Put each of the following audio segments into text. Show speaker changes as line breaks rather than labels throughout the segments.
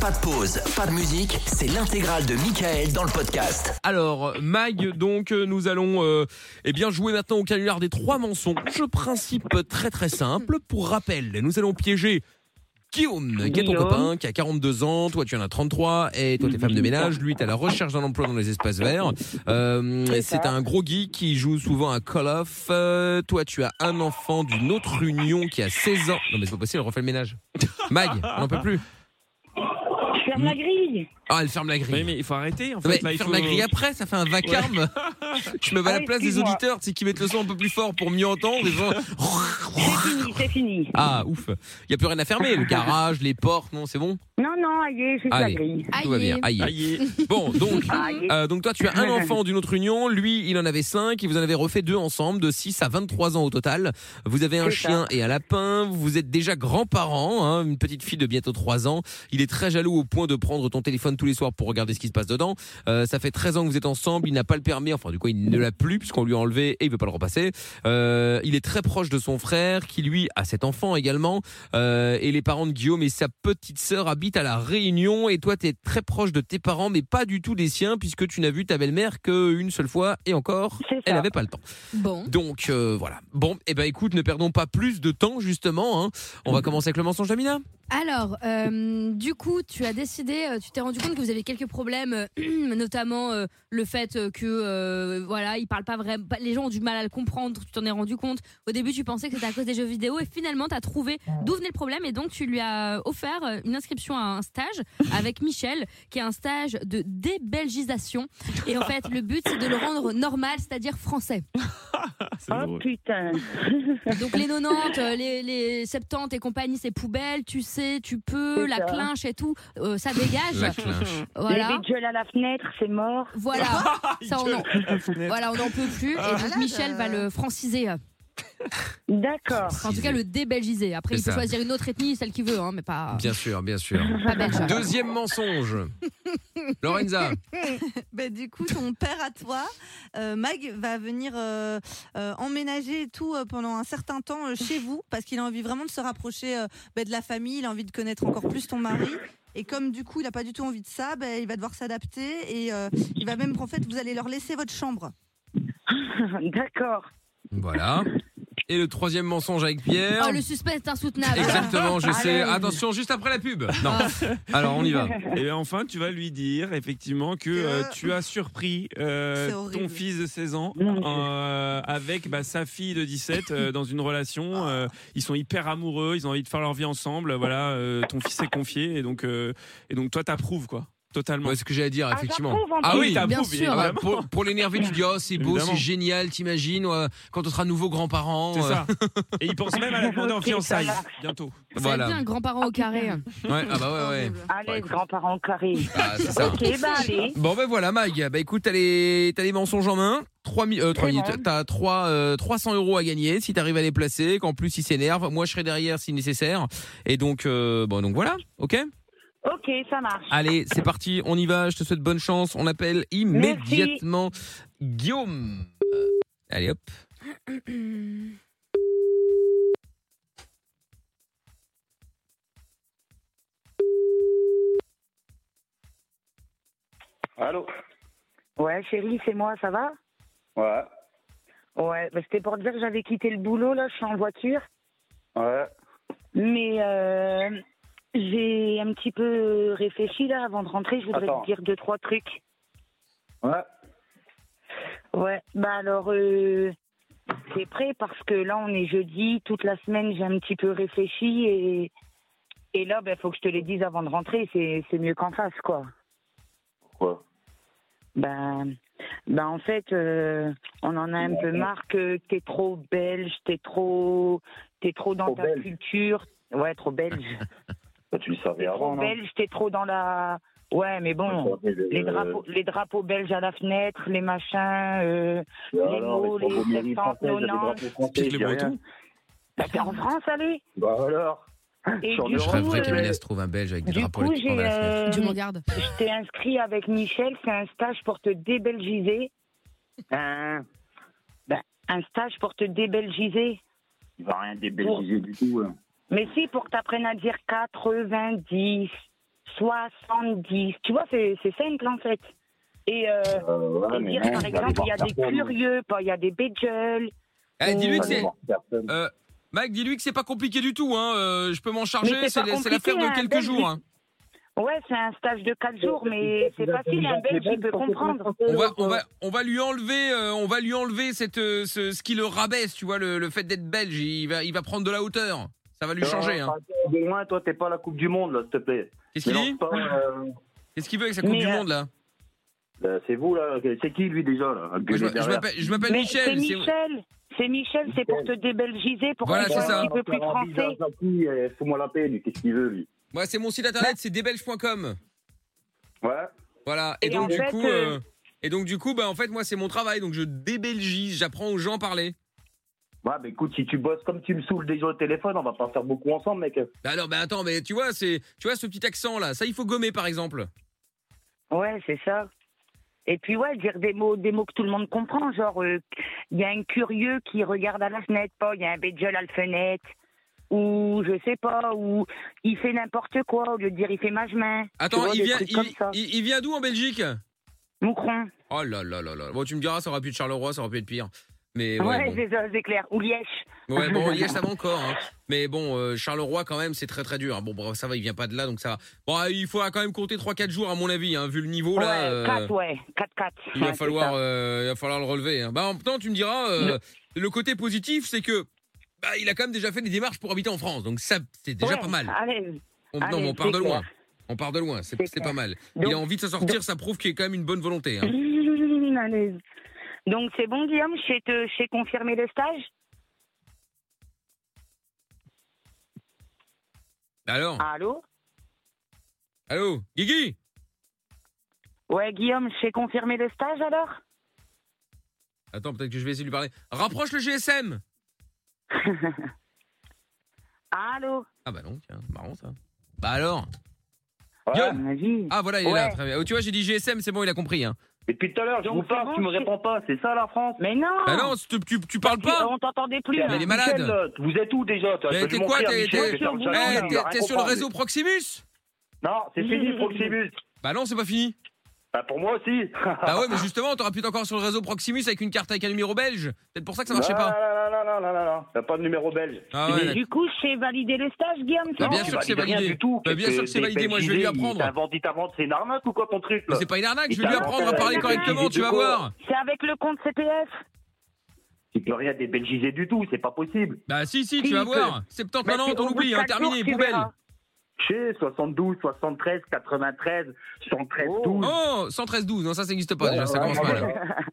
Pas de pause, pas de musique, c'est l'intégrale de Michael dans le podcast.
Alors, Mag, donc, euh, nous allons euh, eh bien jouer maintenant au canular des trois mensonges. Principe très très simple. Pour rappel, nous allons piéger Guillaume, qui est ton
Guillaume.
copain, qui a 42 ans, toi tu en as 33, et toi t'es femme de ménage, lui t'es à la recherche d'un emploi dans les espaces verts. Euh,
C'est
c'est
ça.
un gros geek qui joue souvent à Call of. Euh, toi tu as un enfant d'une autre union qui a 16 ans. Non mais c'est pas possible, elle refait le ménage. Mag, on n'en peut plus.
Ferme la grille.
Ah, elle ferme la grille.
Oui, mais il faut arrêter en
Non,
fait.
mais
là, il
faire
faut...
la grille après, ça fait un vacarme. Je me mets à la
Ah,
place des
excuse-moi.
auditeurs, c'est qui mettent le son un peu plus fort pour mieux entendre. et genre-
C'est fini, c'est fini.
Ah, ouf. Il y a plus rien à fermer. Le garage, les portes, non, c'est bon.
Non, non, aïe, juste la
Allez.
grille.
Tout va bien. Aïe.
Aïe.
Bon, donc.
Aïe.
euh, donc toi tu as un enfant d'une autre union, lui il en avait cinq, et vous en avez refait deux ensemble de 6 à 23 ans au total. Vous avez un
C'est ça.
chien et un lapin, vous êtes déjà grands-parents, hein, une petite fille de bientôt 3 ans. Il est très jaloux au point de prendre ton téléphone tous les soirs pour regarder ce qui se passe dedans. Euh, ça fait 13 ans que vous êtes ensemble, il n'a pas le permis, enfin du coup il ne l'a plus puisqu'on lui a enlevé et il veut pas le repasser. Euh, il est très proche de son frère qui lui a cet enfant également Euh, et les parents de Guillaume et sa petite sœur habitent à la Réunion et toi tu es très proche de tes parents mais pas du tout des siens puisque tu n'as vu ta belle-mère qu'une seule fois et encore
C'est ça.
elle n'avait pas le temps.
Bon.
Donc euh, voilà. Bon, eh ben écoute, ne perdons pas plus de temps justement. hein. On va commencer avec le mensonge d'Amina.
Alors, euh, du coup, tu as décidé, euh, tu t'es rendu compte que vous avez quelques problèmes, euh, notamment euh, le fait euh, que, euh, voilà, ils parlent pas vraiment. Les gens ont du mal à le comprendre, tu t'en es rendu compte. Au début, tu pensais que c'était à cause des jeux vidéo et finalement, tu as trouvé d'où venait le problème et donc tu lui as offert euh, une inscription à un stage avec Michel, qui est un stage de débelgisation. Et en fait, le but, c'est de le rendre normal, c'est-à-dire français.
C'est
Oh
drôle.
putain.
Donc les 90, euh, les, les 70 et compagnie, c'est poubelle, tu sais, tu peux,
C'est
la
ça.
clinche et tout, euh, ça dégage.
Les
Voilà.
bégueules à la fenêtre, c'est mort.
Voilà,
Ah,
ça on en,
fenêtre.
voilà, on n'en peut plus.
Ah.
Et donc
Malade.
Michel va le franciser, euh,
D'accord.
en tout cas le débelgiser. Après,
C'est
il peut
ça.
choisir une autre ethnie, celle qu'il veut, hein, mais pas,
Bien sûr, bien sûr.
pas belge.
Deuxième mensonge. Lorenza.
Bah, du coup, ton père à toi, euh, Mag, va venir euh, euh, emménager et tout euh, pendant un certain temps euh, chez vous parce qu'il a envie vraiment de se rapprocher euh, bah, de la famille, il a envie de connaître encore plus ton mari. Et comme du coup, il n'a pas du tout envie de ça, bah, il va devoir s'adapter et euh, il va même, en fait, vous allez leur laisser votre chambre.
D'accord.
Voilà. Et le troisième mensonge avec Pierre.
Oh, le suspense est insoutenable.
Exactement, je sais.
Ah, Allez.
Attention, juste après la pub. Non.
Ah.
Alors on y va.
Et ben, enfin, tu vas lui dire effectivement que euh, tu as surpris euh,
C'est horrible.
ton fils de 16 ans
Mon
Ah.
Dieu.
euh, avec bah, sa fille de 17 euh, dans une relation. euh, ils sont hyper amoureux, ils ont envie de faire leur vie ensemble. Voilà, euh, ton fils est confié et donc euh, et donc toi t'approuves quoi, totalement.
Moi, ce que j'ai à dire,
Ah,
effectivement.
j'approuve en
Ah
plus.
oui,
Bien
t'approuves.
sûr.
Ah bah,
évidemment.
pour pour l'énerver, tu dis oh c'est beau,
Évidemment.
c'est génial, t'imagines euh, quand on sera nouveau grand-parent.
C'est
euh,
ça. Et ils pensent même à la demander en
Ok,
fiançailles
ça va.
bientôt.
Ça va
Voilà.
bien, grand-parent au carré.
Ouais, ah bah ouais ouais.
Horrible.
Allez, grands-parents carrés.
Ah, c'est ça.
Ok, bah allez.
Bon ben voilà Mag, bah écoute t'as les, t'as les mensonges en main, 3 mi- euh, trois
C'est
minutes,
bon.
t'as trois, euh, 300 euros à gagner si t'arrives à les placer, qu'en plus ils s'énervent, moi je serai derrière si nécessaire, et donc euh, bon donc voilà, ok
Ok, ça marche.
Allez c'est parti, on y va, je te souhaite bonne chance, on appelle immédiatement Guillaume. Euh, allez hop,
Allô
Ah.
Ouais, chérie, c'est moi, ça va
Ouais,
Ouais, bah, c'était pour dire que j'avais quitté le boulot, là, je suis en voiture.
ouais,
Mais euh, j'ai un petit peu réfléchi, là, avant de rentrer. Je voudrais
Attends.
te dire deux, trois trucs.
ouais.
Ouais, bah alors, euh, c'est prêt parce que là, on est jeudi, toute la semaine, j'ai un petit peu réfléchi et, et là, il faut que je te les dise avant de rentrer, c'est c'est mieux qu'en face, quoi.
Pourquoi
Ben, ben en fait, euh, on en a un peu marre que t'es trop belge, t'es trop, t'es trop dans
Trop
ta
belge.
culture. Ouais, trop belge.
Bah, tu le savais
trop
avant, non
belge, t'es trop dans la. Ouais, mais bon, les
Euh,
drapeaux, les drapeaux belges à la fenêtre, les machins. euh, les mots, les accents, nos noms.
Explique
Explique-le-moi tout.
Bah, t'es en France, allez.
Bah alors
Et
Je suis en
je
du
Europe.
coup,
rêverais
euh,
qu'Emilia se trouve un belge avec des
du
drapeaux
coup,
électriques
j'ai,
à la fenêtre.
euh,
Je m'en garde.
je t'ai inscrit avec Michel, c'est un stage pour te débelgiser. Ben,
Hein
Un stage pour te débelgiser.
Il va rien débelgiser du tout. hein.
Mais si, pour que t'apprennes à dire 90, 70. Tu vois, c'est c'est simple en fait. Et, euh,
Euh, ouais,
et
mais
dire
non,
par
j'allais
exemple,
voir
il y a des
personne.
curieux, pas- il y a des bédules.
Eh, dis-lui que
J'allais
c'est.
voir personne.
Euh, Mike, dis-lui que c'est pas compliqué du tout. Hein. euh, je peux m'en charger.
Mais
C'est
c'est pas
la- c'est l'affaire
compliqué,
de
hein,
quelques
Ben,
jours. hein.
Ouais, c'est un stage de 4 jours, mais c'est facile, un Belge, il peut comprendre.
On va, on va, on va lui enlever, euh, on va lui enlever cette, euh, ce, ce qui le rabaisse. Tu vois, le, le fait d'être belge, il va, il va prendre de la hauteur. Ça va lui changer. hein.
Attends, De loin, toi, t'es pas à la Coupe du Monde, là, s'il te plaît.
Qu'est-ce qu'il dit
Mélange pas, euh,
Qu'est-ce qu'il veut avec sa coupe
Mais,
du
euh,
monde là
euh, c'est vous, là. C'est qui, lui, déjà, là à
Moi,
gueuler
Je m'a- je
derrière
m'appelle je m'appelle
Mais c'est
Michel. c'est-
Michel, c'est Michel, c'est pour te débelgiser, pour
Voilà,
être
c'est ça.
un petit peu plus français.
français. euh, Fous-moi la paix, lui. Qu'est-ce qu'il veut, lui
Moi, c'est mon site internet, c'est débelge.com.
Ouais.
Voilà. Et,
Et
donc
en
du
fait,
coup,
euh,
euh, et donc du coup, bah en fait, moi, c'est mon travail. Donc je débelgise, j'apprends aux gens à parler.
Ouais, bah écoute, si tu bosses comme tu me saoules déjà au téléphone, on va pas faire beaucoup ensemble, mec. hein.
Bah alors, bah attends, mais tu vois, c'est, tu vois ce petit accent là, ça il faut gommer par exemple.
Ouais, c'est ça. Et puis ouais, dire des mots, des mots que tout le monde comprend, genre euh, il y a un curieux qui regarde à la fenêtre, pas il y a un bédjol à la fenêtre, ou je sais pas, ou il fait n'importe quoi au lieu de dire il fait main
Attends,
vois,
il,
des
vient,
trucs comme
il,
ça.
il- il vient d'où en Belgique
Moucron.
Oh là là là là. Bon, tu me diras, ça aurait pu être Charleroi, ça aurait pu être pire. Mais
Ouais,
ouais, bon.
c'est ça, c'est clair. Ou Liège.
Ouais, bon, Liège, ça va encore. hein. Mais bon, euh, Charleroi, quand même, c'est très très dur. hein. Bon, bref, ça va, il vient pas de là, donc ça va. Bon, ah, il faudra quand même compter 3-4 jours, à mon avis, hein, vu le niveau là. euh,
ouais, 4, ouais, 4 4.
il, va falloir, euh, il va falloir le relever. hein. Bah, en même temps, tu me diras, euh, le côté positif, c'est que. Bah, il a quand même déjà fait des démarches pour habiter en France, donc ça, c'est déjà pas mal.
Allez,
On,
allez,
non, mais on part
ah, c'est
de
clair.
loin. On part de loin, c'est
C'est
c'est
clair.
pas mal.
Donc-
il a envie de s'en sortir, ça prouve qu'il y a quand même une bonne
Mmh,
volonté. hein.
Allez. mmh, Donc c'est bon Guillaume, je sais te- je sais confirmer le stage
Alors,
Allô
allô, Guigui
Ouais Guillaume, je sais confirmer le stage alors
Attends, peut-être que je vais essayer de lui parler. Rapproche le GSM
Allô
Ah bah non, tiens, marrant ça. Bah alors
Ouais.
Yo.
Vas-y.
Ah voilà, il est
Ouais.
là, très bien. Oh, Tu vois, j'ai dit GSM, c'est bon, il a compris. Hein.
Mais depuis tout à l'heure, je
Donc,
vous
c'est
parle,
bon,
tu me
c'est-
réponds pas. C'est ça, la France
Mais non
Bah non, tu, tu, tu parles
Tu-
pas
On t'entendait plus. hein.
Mais
là.
il est malade.
Ah. Michel, euh, vous êtes où déjà toi
Mais
Je peux
t'es
lui
quoi,
montrer à
t'es-
Michel
t'es-
que dans le
Eh,
jardin,
Eh,
il
t'es-
va rien
t'es sur le
comprendre.
réseau Proximus
Non, c'est fini, Proximus.
Bah non, c'est pas fini.
Bah pour moi aussi.
Bah ouais, mais justement, t'aurais pu être encore sur le réseau Proximus avec une carte avec un numéro belge. Peut-être pour ça que ça marchait
Ah,
pas.
Non, non, non, non, non, non, non. T'as pas de numéro belge.
Ah ouais,
Du coup, je sais valider le stage, Guillaume.
Bah,
c'est
bien
bon
tu
sûr que c'est
valides
validé.
rien du tout.
Bah, bien
Qu'est-ce
sûr
que
que c'est
les
validé, moi, je vais lui
Belgisés,
apprendre.
ils T'inventent, ils t'inventent, c'est une arnaque ou quoi ton truc
Mais
là
c'est pas une arnaque, je vais
Il
lui
t'a
apprendre à
inventé
parler
la
correctement,
Belgique,
tu vas
du coup.
voir.
C'est avec le compte CPF.
Tu peux rien débelgiser du tout, c'est pas possible.
Bah si, si,
Si,
tu vas
il
voir. 70
Bah,
ans,
c'est
on
au bout
oublie,
de
hein,
quatre
terminé,
jours, tu
poubelle.
verras.
Chez 72, 73, 93, 113, 12.
Oh, 113 12, non ça ça n'existe pas
Ouais,
déjà, ça
ouais,
commence
ouais,
mal.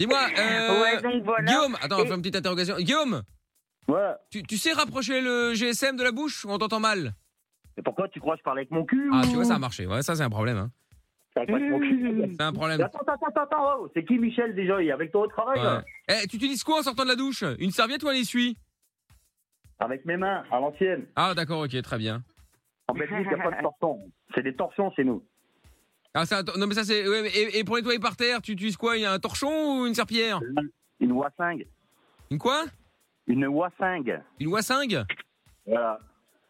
Dis-moi, euh,
Ouais, donc voilà.
Guillaume, attends, on
Et-
fait une petite interrogation. Guillaume,
Ouais.
tu, tu sais rapprocher le GSM de la bouche ou on t'entend mal
Mais pourquoi tu crois que je parle avec mon cul
Ah,
ou-
tu vois, ça a marché. Ouais, ça c'est un problème. Hein.
Je parle pas avec mon cul.
C'est un problème.
Attends, attends, attends, attends, oh, c'est qui Michel déjà Il est avec toi au travail
Ouais.
là
Eh, tu utilises quoi en sortant de la douche Une serviette ou un essuie
Avec mes mains, à l'ancienne.
Ah, d'accord, ok, très bien.
En Belgique, il n'y a pas de torsion. C'est des torsions chez nous.
Ah, c'est un to- non mais ça c'est. ouais, mais- et, et pour nettoyer par terre, tu utilises quoi Il y a un torchon ou une serpillière
Une wassingue.
Une quoi
Une wassingue.
Une wassingue
Voilà.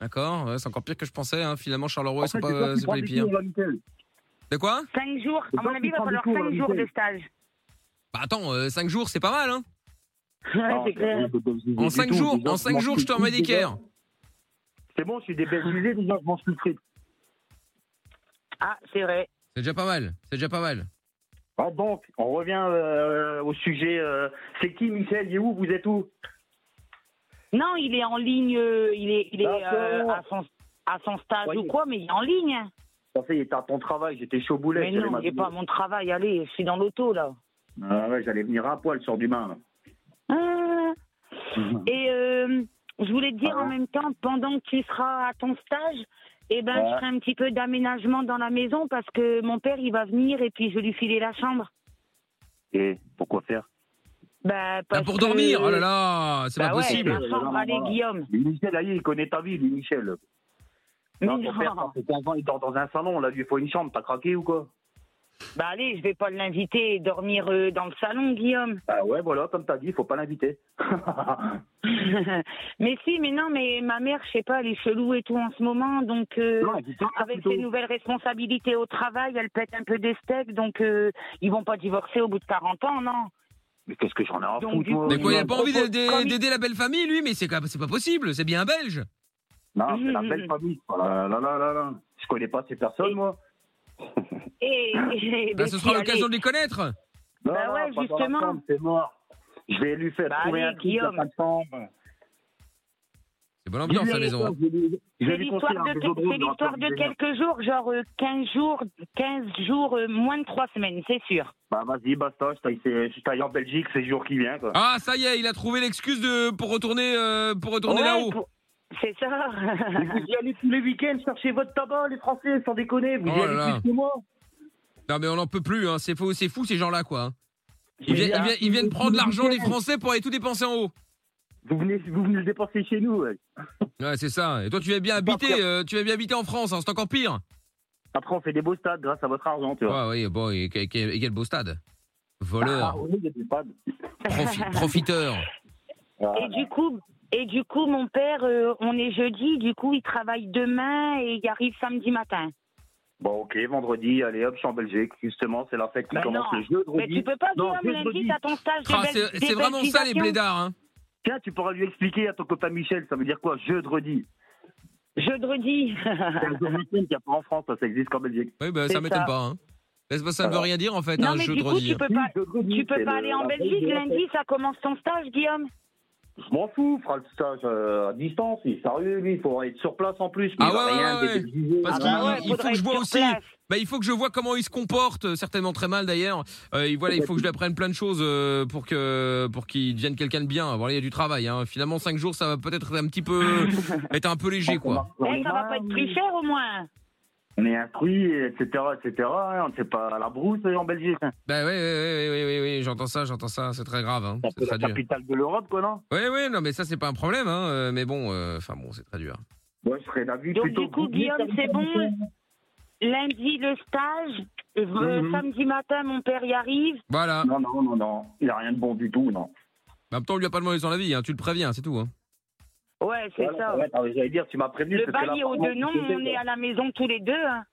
D'accord, ouais, c'est encore pire que je pensais. Hein. Finalement, Charleroi,
En
ils sont
fait,
pas,
c'est toi qui
c'est pas
prends hein.
les
des
pires.
cours, là, Michel.
De quoi
5 jours.
Et
À mon
donc,
avis,
tu
il va
prends
falloir
du cours,
5
Michel.
jours de stage.
Bah attends, 5 jours, c'est pas mal, hein
Ouais,
Non,
c'est clair.
c'est pas du tout,
En 5
du tout,
jours,
déjà,
en
je m'en
cinq jours, je te
fous
remets
plus
des
déjà.
cœurs.
C'est bon, je suis débelgisé déjà, je m'en suis pris.
Ah, c'est vrai.
C'est déjà pas mal, c'est déjà pas mal.
Ah, donc, on revient euh, au sujet. euh, c'est qui Michel Il est où Vous êtes où
Non, il est en ligne. euh, il est, il est
D'accord.
euh, à, son, à son stage
Voyez.
ou quoi, mais il est en ligne. hein.
Je pensais, il était à ton travail, j'étais chaud boulet.
mais
j'allais
non, j'ai
m'habiller.
pas mon travail. Allez, je suis dans l'auto, là.
Ah ouais, j'allais venir à poil sur du main.
Ah.
là.
Et euh, je voulais te dire
Ah.
en même temps, pendant que tu seras à ton stage, eh ben,
Ouais.
je ferai un petit peu d'aménagement dans la maison parce que mon père, il va venir et puis je vais lui filer la chambre.
Et pourquoi faire
Bah,
Ah,
parce
pour
que-
dormir Oh là là, c'est
Bah
pas
ouais,
possible.
la chambre, allez, Guillaume.
Mais Michel, allez, il connaît ta vie, lui, Michel. Non,
Mais
ton père,
non.
quand c'était avant, il dort dans un salon, là, lui, il faut une chambre, t'as craqué ou quoi
Bah allez, je vais pas l'inviter et dormir euh, dans le salon, Guillaume.
Ah ouais, voilà, comme t'as dit, faut pas l'inviter.
mais si, mais non, mais ma mère, je sais pas, elle est chelou et tout en ce moment, donc euh,
non, invite-la
avec
plutôt.
ses nouvelles responsabilités au travail, elle pète un peu des steaks, donc euh, ils vont pas divorcer au bout de 40 ans, non
Mais qu'est-ce que j'en ai à
Donc,
foutre,
du
moi
coup-
Mais quoi, il a pas envie d'a- d'a-
Comme Eh il-
d'aider la belle famille, lui, mais c'est quand- c'est pas possible, c'est bien un belge.
Non, c'est la
Mhm.
belle famille. Oh là là là là là. Je connais pas ces personnes, moi.
Et, et- et
Bah,
puis,
ce sera
ben allez,
l'occasion de les connaître.
Non,
Bah
non,
ouais,
pas dans la
justement.
chambre, C'est mort. Je vais lui faire
Bah
trouver
allez,
un truc
Guillaume.
à septembre.
C'est bonne ambiance à la maison. hein.
Je vais lui- je vais
C'est
lui conseiller
l'histoire
un
de,
réseau
quel- c'est
drogue,
l'histoire de
hein,
quelques jours, genre euh, 15 jours, 15 jours, euh, moins de 3 semaines, c'est sûr.
Bah vas-y, basta, je taille, c'est- je taille en Belgique ces jours qui viennent. Quoi.
Ah, ça y est, il a trouvé l'excuse de pour retourner euh, pour retourner
Ouais,
là-haut.
pour- C'est ça.
vous y allez tous les week-ends chercher votre tabac, les Français, sans déconner, vous
Oh
y
là
allez
là.
plus que moi.
Non mais on n'en peut plus, hein. c'est fou, c'est fou ces gens-là quoi. hein. Ils,
Mais
viennent-
il y a-
ils viennent- ils viennent prendre l'argent des Français pour aller tout dépenser en haut.
ah, Vous venez, vous venez le dépenser chez nous. ouais.
Ouais, c'est ça. Et toi, tu vas bien
Parce
habiter, euh, tu vas bien habiter en France, hein, c'est encore pire.
Après, on fait des beaux stades grâce à votre argent, tu vois.
Ouais, oui, bon, et, quel- quel- et quel beau stade.
Ah,
Voleur,
Bah,
oui, il y a des stades. Ah,
profi- profiteur.
Voilà.
Et du coup, et du coup, mon père, euh, on est jeudi, du coup, il travaille demain et il arrive samedi matin.
Bon, ok, vendredi, allez hop, je suis en Belgique. Justement, c'est la fête qui
Bah
commence
non.
le jeu de
Mais tu peux pas,
Non,
Guillaume, lundi,
vendredi.
t'as ton stage de
Ah,
bel-
c'est
des
c'est vraiment ça les
belgisations.
blédards. hein.
Tiens, tu pourras lui expliquer à ton copain Michel, ça veut dire quoi Jeudi.
Jeudi.
C'est un jour week-end qu'il n'y a pas en France, ça, ça existe qu'en Belgique.
Oui, bah,
C'est
ça m'étonne
ça.
pas. Hein. Ça, ça ne veut
Alors.
rien dire en fait,
non,
un
mais
jeu
du
de
coup, tu
redire.
peux pas,
Jeudi,
tu peux
c'est
pas
le-
aller en
la veille
Belgique
de la fête.
lundi, ça commence ton stage, Guillaume.
Je m'en fous, il fera le stage euh, à distance, il est sérieux, lui, il faut être sur place en plus. mais
Ah
il va
ouais,
rien
ouais, ouais.
déguiser.
Parce
Ah
qu'il-
bah ouais.
il faut
faudrait
que je
être
vois
sur
aussi.
place.
Bah, il faut que je vois comment il se comporte, euh, certainement très mal d'ailleurs. Euh, il- voilà, il faut que je lui apprenne plein de choses euh, pour que pour qu'il devienne quelqu'un de bien. Voilà, il y a du travail. Hein. Finalement, 5 jours, ça va peut-être être un petit peu être un peu léger quoi.
Eh, ça va pas être plus cher au moins.
On est instruit, etc., etc. hein, on ne fait pas à la brousse euh, en Belgique. hein.
Bah ouais, ouais, ouais, ouais, ouais, ouais, j'entends ça, j'entends ça. C'est très grave. Hein.
C'est un peu
C'est très
la
dur.
capitale de l'Europe, quoi, non
Ouais, ouais, non, mais ça c'est pas un problème. Hein. euh, Mais bon, euh, enfin bon, c'est très dur.
Moi, je serais d'avis
Donc,
plutôt.
du coup, Guillaume, c'est bon. Lundi, le stage. Euh,
Mhm.
Samedi matin, mon père y arrive.
Voilà. Bah,
Non, non, non, non. Il n'a rien de bon du tout, non.
En même temps, on lui a pas demandé son avis. Hein. Tu le préviens, c'est tout. Hein.
Ouais, c'est
Voilà,
ça.
ouais, ah, J'allais dire, tu m'as prévenu.
Le
parce que là,
bail au
apparemment,
de nom,
tu sais,
on est à la maison tous les deux. hein.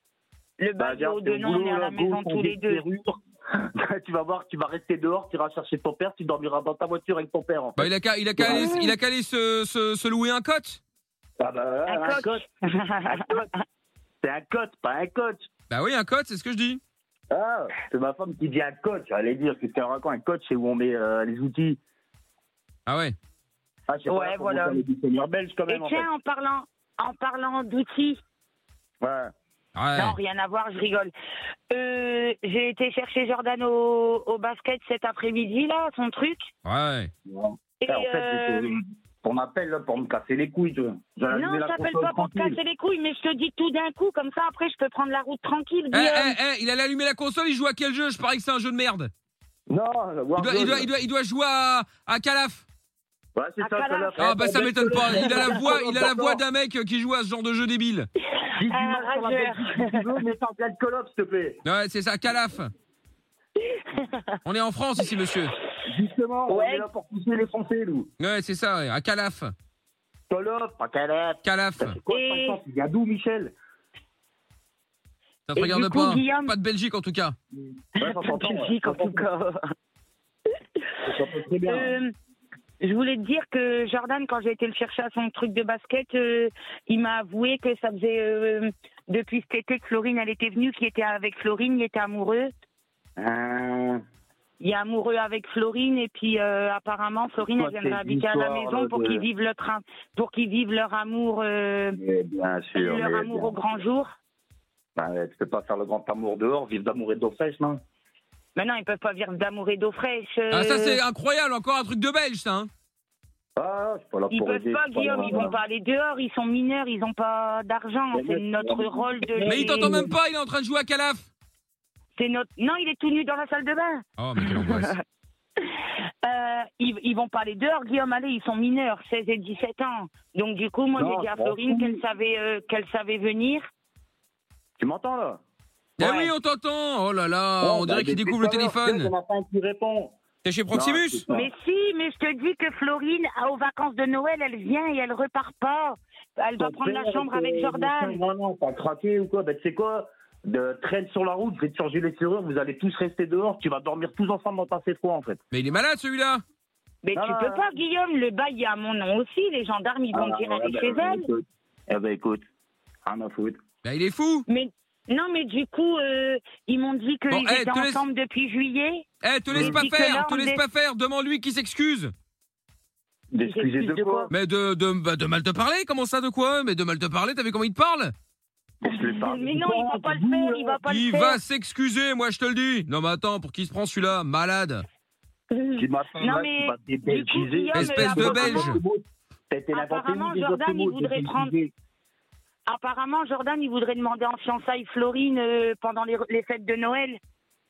Le
Bah,
bail
viens,
au
c'est
de
au
nom, on
boulot,
est à
là,
la
gauche,
maison
on
tous
dit
les deux.
serrure. tu vas voir, tu vas rester dehors, tu iras chercher ton père, tu dormiras dans ta voiture avec ton père. En fait.
Bah, il a qu'à il a qu'à aller, il a qu'à aller se, se, se louer un cote.
Ah bah,
Un
un
coach.
coach, un coach. C'est un coach, pas un coach.
Bah oui, un cote, c'est ce que je dis.
Ah, c'est ma femme qui dit un coach. J'allais dire, qu'est-ce qu'elle raconte Un coach, c'est où on met euh, les outils.
Ah ouais.
Ah, je sais
Ouais,
pas, faut
voilà.
monter les dictionnaires belges quand
Et
même. En fait.
tiens, en parlant, en parlant d'outils,
ouais.
Ouais.
non, rien à voir, je rigole. Euh, J'ai été chercher Jordan au, au basket cet après-midi, là, son truc.
Ouais.
Ouais.
Et,
Ah, en fait,
euh,
c'est- on m'appelle là, pour me casser les couilles. Tu vois. J'allais
non,
allumer
je
la
t'appelle
console
pas pour te
tranquille.
casser les couilles, mais je te dis tout d'un coup, comme ça après je peux prendre la route tranquille.
Eh,
euh, Guillaume.
eh, eh, il allait allumer la console, il joue à quel jeu Je parie que c'est un jeu de merde.
Non,
Il doit, il doit, il doit, il doit jouer à, à Calaf.
Ouais, c'est
À
ça,
Calaf.
celle-là.
Ah bah ça m'étonne pas. Il a la voix, il a la voix
d'un.
d'un mec qui joue à ce genre de jeu débile.
J'ai du
Un
mal sur la
rageur.
Belgique, si tu veux, mais t'en plein de colloque, s'il te plaît.
Ouais, c'est ça, Calaf. On est en France ici, monsieur.
Justement, on
Ouais.
est là pour pousser les Français, nous.
Ouais, c'est ça, ouais, à Calaf.
Colloque, pas calaf.
Calaf.
Ça, C'est quoi,
Et-
par exemple Il y a d'où, Michel
Ça te
Et
regarde
du coup,
pas.
Guillaume-
Pas de Belgique en tout cas.
Ouais, ça
Pas de
s'entend, ouais.
physique, en tout cas.
Ça s'entend très bien.
Euh, je voulais te dire que Jordan, quand j'ai été le chercher à son truc de basket, euh, il m'a avoué que ça faisait euh, depuis cet été que Florine, elle était venue, qu'il était avec Florine, il était amoureux.
Euh,
Il est amoureux avec Florine et puis euh, apparemment Florine elle
Toi,
viendra
c'est
habiter à la
l'histoire,
maison
là,
pour
de-
qu'ils vivent leur train- pour qu'ils vivent leur amour euh,
mais bien sûr.
leur
mais
amour
bien. Bah,
au grand jour.
Ouais, tu peux pas faire le grand amour dehors, vivre d'amour et d'eau fraîche, non
Maintenant ils peuvent pas vivre d'amour et d'eau fraîche. euh,
Ah ça c'est incroyable, encore un truc de Belge ça. hein.
Ah, je suis pas là
Ils
pour
peuvent
aider,
pas,
je suis là,
Guillaume, ils vont
voilà.
pas aller dehors, ils sont mineurs, ils ont pas d'argent.
Mais
C'est
mec,
notre
mais-
rôle de.
Mais
les-
il t'entend même pas, il est en train de jouer à Calaf.
C'est notre. Non, il est tout nu dans la salle de bain.
Oh mais quelle angoisse.
Euh, ils, ils vont pas aller dehors, Guillaume. Allez, ils sont mineurs, 16 et 17 ans. Donc du coup, moi
Non,
j'ai dit à
je m'en
Florine
fous.
qu'elle savait euh, qu'elle savait venir.
Tu m'entends, là
Ah
Ouais.
oui, on t'entend Oh là là,
Ouais,
on
bah,
dirait qu'il
depuis
découvre le
tout à l'heure,
téléphone.
On attend qu'il réponde.
T'es chez Proximus
Non, c'est ça.
Mais si, mais je te dis que Florine, à- aux vacances de Noël, elle vient et elle repart pas. Elle doit
Ton
prendre la
père,
chambre
euh,
avec
le
Jordan.
chien, Non, non, t'as craqué ou quoi Ben, c'est quoi de traîne sur la route, je vais te changer les serrures, vous allez tous rester dehors, tu vas dormir tous ensemble dans ta C3 en fait.
Mais il est malade celui-là
Mais
Ah.
tu peux pas, Guillaume, le bail il est à mon nom aussi. Les gendarmes, ils vont
Ah,
tirer
ouais,
aller
ben,
chez elle.
écoute. Eh ben écoute, rien à foutre.
Bah il est fou
Mais non, mais du coup, euh, ils m'ont dit qu'ils
Bon, eh,
étaient
te laisse-
ensemble depuis juillet.
Eh, te laisse
Il
pas
dit que
faire
là,
Te
on
laisse
est-
pas faire Demande-lui qui s'excuse
D'excuser
J'excuse
de
de
quoi
Mais de, de, bah, de mal te parler Comment ça, de quoi Mais de mal te parler, t'as vu comment il te parle
Mais non, il va pas le
euh,
faire, il va pas
Il
le faire.
va s'excuser, moi je te le dis Non mais attends, pour qui se prend celui-là Malade
Tu m'attends
Non,
là,
mais
tu vas t'es
du coup,
belgisé.
Guillaume, euh,
Espèce de apparemment- Belge.
T'as été l'inventé
apparemment,
des
Jordan,
autres mots,
il voudrait
t'es
prendre-
belgisé.
Apparemment, Jordan, il voudrait demander en fiançailles Florine euh, pendant les, les fêtes de Noël.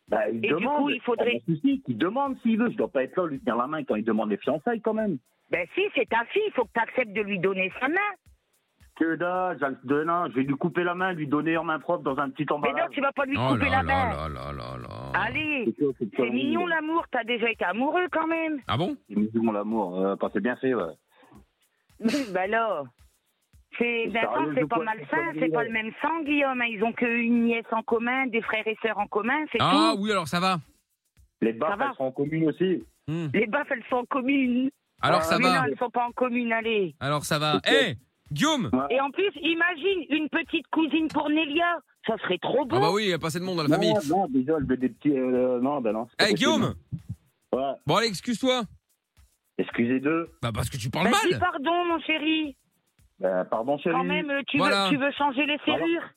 Bah, il
du
demande.
coup, il faudrait-
Ah, bah, si, si, qu'il demande s'il veut. Je dois pas être là, lui tenir la main quand il demande les fiançailles, quand même.
Ben si, c'est ta fille, il faut que tu acceptes de lui donner sa main.
Que dalle, Jacques Denain, je vais lui couper la main, lui donner en main propre dans un petit
Mais non,
emballage.
tu vas pas lui
Oh
couper
là là
la main.
là là là là
Allez,
quoi, cette
c'est
connerie
mignon l'amour, t'as déjà été amoureux quand même.
Ah bon
C'est mignon, l'amour. Euh, enfin, c'est bien fait, ouais.
bah alors, c'est
Ça
maintenant,
arrive de
c'est pas
quoi,
malsain,
cette
c'est pas
connerie,
le même sang, Guillaume. hein. Ils ont qu'une nièce en commun, des frères et sœurs en commun, c'est
Ah
tout.
oui, alors ça va
Les baffes,
va.
elles sont en commune aussi.
Hmm.
Les baffes, elles sont en commune.
Alors
Ah,
ça
mais non,
va
elles sont pas en commune, allez.
Alors ça va Eh Guillaume
Et en plus, imagine une petite cousine pour Nélia. Ça serait trop beau.
Ah bah oui, il y a pas assez de monde dans la famille
Non, non, déjà, elle veut des petits. euh, non, bah non. c'est
Eh
pas possible.
Guillaume
Ouais,
Bon allez, excuse-toi
excusez deux.
Bah parce que tu
Bah,
parles
dis
mal
pardon, mon chéri.
Bah, pardon, chérie.
Quand même, euh, tu,
Voilà.
veux, tu veux changer les
Voilà.
serrures.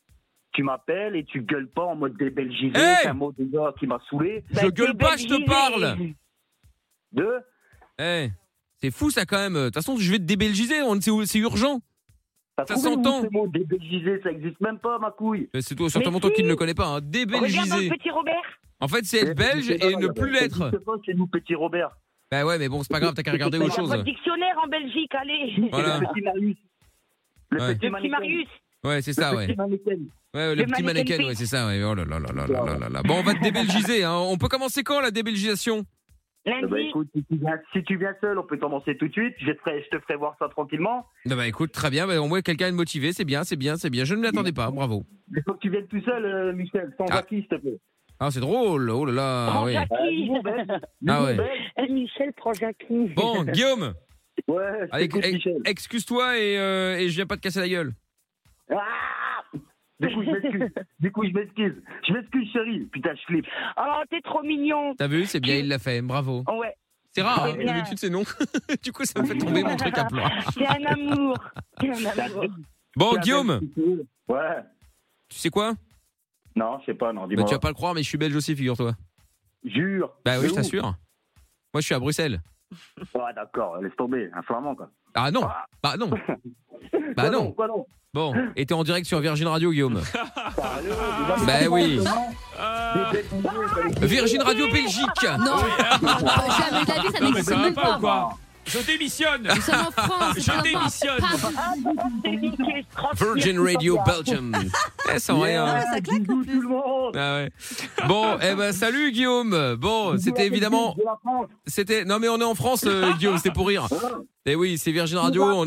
Tu m'appelles et tu gueules pas en mode des belgisés.
Eh
C'est un mot déjà qui m'a saoulé.
Bah,
Je gueule
t'es
pas, je te
belgisé.
parle.
Deux.
Eh C'est fou ça quand même De toute façon, je vais te débelgiser, on- c'est c'est urgent
T'as
Ça
trouvé où
s'entend.
ce mot débelgisé, ça existe même pas, ma couille.
Mais Euh, C'est toi certainement toi
si.
qui ne le connais pas, hein.
Regarde dans
débelgiser.
le petit Robert.
En fait, c'est être belge et ne plus
Ça
l'être.
existe pas chez nous, petit Robert.
Bah ouais, mais bon, c'est pas grave, t'as qu'à regarder
Il y
autre
a
chose.
votre dictionnaire en Belgique, allez.
Voilà.
Le petit Marius. Le
Ouais.
petit
Le petit
mannequin.
Marius.
Ouais, c'est
Le
ça, ouais.
petit mannequin.
Ouais, ouais, le
Le
petit
mannequin
mannequin,
pink.
ouais, c'est ça, ouais. Oh là là là là là là là là. Bon, on va te débelgiser, hein. On peut commencer quand la débelgisation
Eh ben,
Lundi.
écoute, si tu, viens, si tu viens seul, on peut commencer tout de suite. Je te ferai, je te ferai voir ça tranquillement.
Bah, bah écoute, très bien, bah, au moins quelqu'un est motivé, c'est bien, c'est bien, c'est bien. Je ne m'attendais pas, bravo.
Il faut que tu viennes tout seul, euh, Michel, sans
Ah.
Jackie, s'il te plaît.
Ah, c'est drôle, oh là là,
Prends
oui.
Jackie.
Nous, Belges.
Ah
Nous,
ouais.
Belges.
Eh, ben, Michel prend Jackie.
Bon, Guillaume,
Ouais, je
allez,
t'écoute,
ex-
Michel.
excuse-toi et, euh, et je viens pas te casser la gueule.
Ah
eh.
du coup, je m'excuse. Du coup, je m'excuse. Je m'excuse, chérie. Putain, je flippe.
Oh, t'es trop mignon.
T'as vu, c'est bien, il l'a fait, bravo.
Ouais,
C'est rare,
C'est
hein,
bien.
d'habitude c'est non. du coup, ça me fait tomber mon truc à plat.
t'es un amour. T'es un amour.
Bon, Guillaume,
Ouais.
tu sais quoi
Non, je sais pas, non,
Bah,
dis-moi.
tu vas pas le croire, mais je suis belge aussi, figure-toi.
Jure.
Bah oui,
C'est
je
où
t'assure. Moi, je suis à Bruxelles.
Ah, d'accord, laisse tomber. Un flamand, quoi.
Ah non Bah non Bah
Quoi
non
Quoi non
Bon, et t'es en direct sur Virgin Radio, Guillaume.
Allô, vous avez-
Ah. Bah oui
Ah,
Des bêtes bourrées, ça existe.
Virgin Radio Belgique
Non,
Ah.
jamais de la
non,
vie, ça
mais
n'existe
ça va
même
pas
pas.
ou quoi Je démissionne
Nous sommes en France.
Je
c'est pas-
démissionne.
pas-
T'es niqué, je crois que
Virgin Radio Belgium Eh, sans
Ah,
rien
ça claque en
Tout
plus.
le monde
ah ouais. Bon, eh ben salut Guillaume. Bon, c'était évidemment,
De la France.
c'était. Non mais on est en France, euh, Guillaume, c'était pour rire. Eh oui, c'est Virgin Radio. on-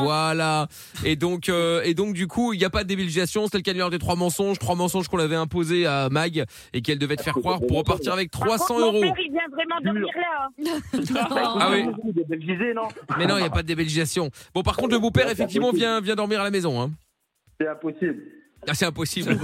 Voilà. Et donc, euh, et donc du coup, il n'y a pas de débelgisation. C'était le canular des trois mensonges, trois mensonges qu'on avait imposés à Mag et qu'elle devait te faire croire pour repartir avec
Par
300
contre,
euros.
Mon père, il vient vraiment dormir là.
Non.
Ah oui.
Des Belgisés, non
Mais non, il n'y a pas de débelgisation. Bon, par contre, le beau-père, effectivement, vient, vient dormir à la maison. Hein.
C'est impossible.
Ah, c'est impossible.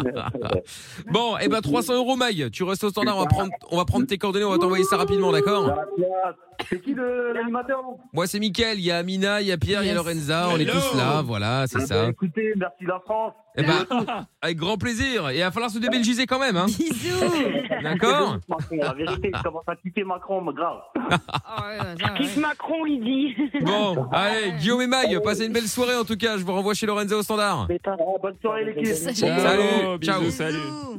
bon, eh ben 300 euros, Mag. Tu restes au standard. On va prendre, on va prendre tes coordonnées. On va t'envoyer ça rapidement,
Dans
d'accord
la classe. C'est qui le- l'animateur donc
Moi, c'est Mickaël. Il y a Amina, il y a Pierre, il y a
Yes.
Lorenza. On est
Hello.
tous là. Voilà, c'est
Ah,
ça.
bah, Écoutez, merci la France.
Eh ben, avec grand plaisir. Et il va falloir se débelgiser quand même. Hein.
Bisous.
D'accord
Macron, la vérité, je commence à quitter Macron, mais grave.
Ah ouais, ouais, ça, ouais.
Kiffe Macron, il dit.
Bon, allez, Guillaume et Mag, passez une belle soirée en tout cas. Je vous renvoie chez Lorenza au standard.
Ah, bonne soirée l'équipe.
Salut, ciao.
Bisous, salut
Bisous.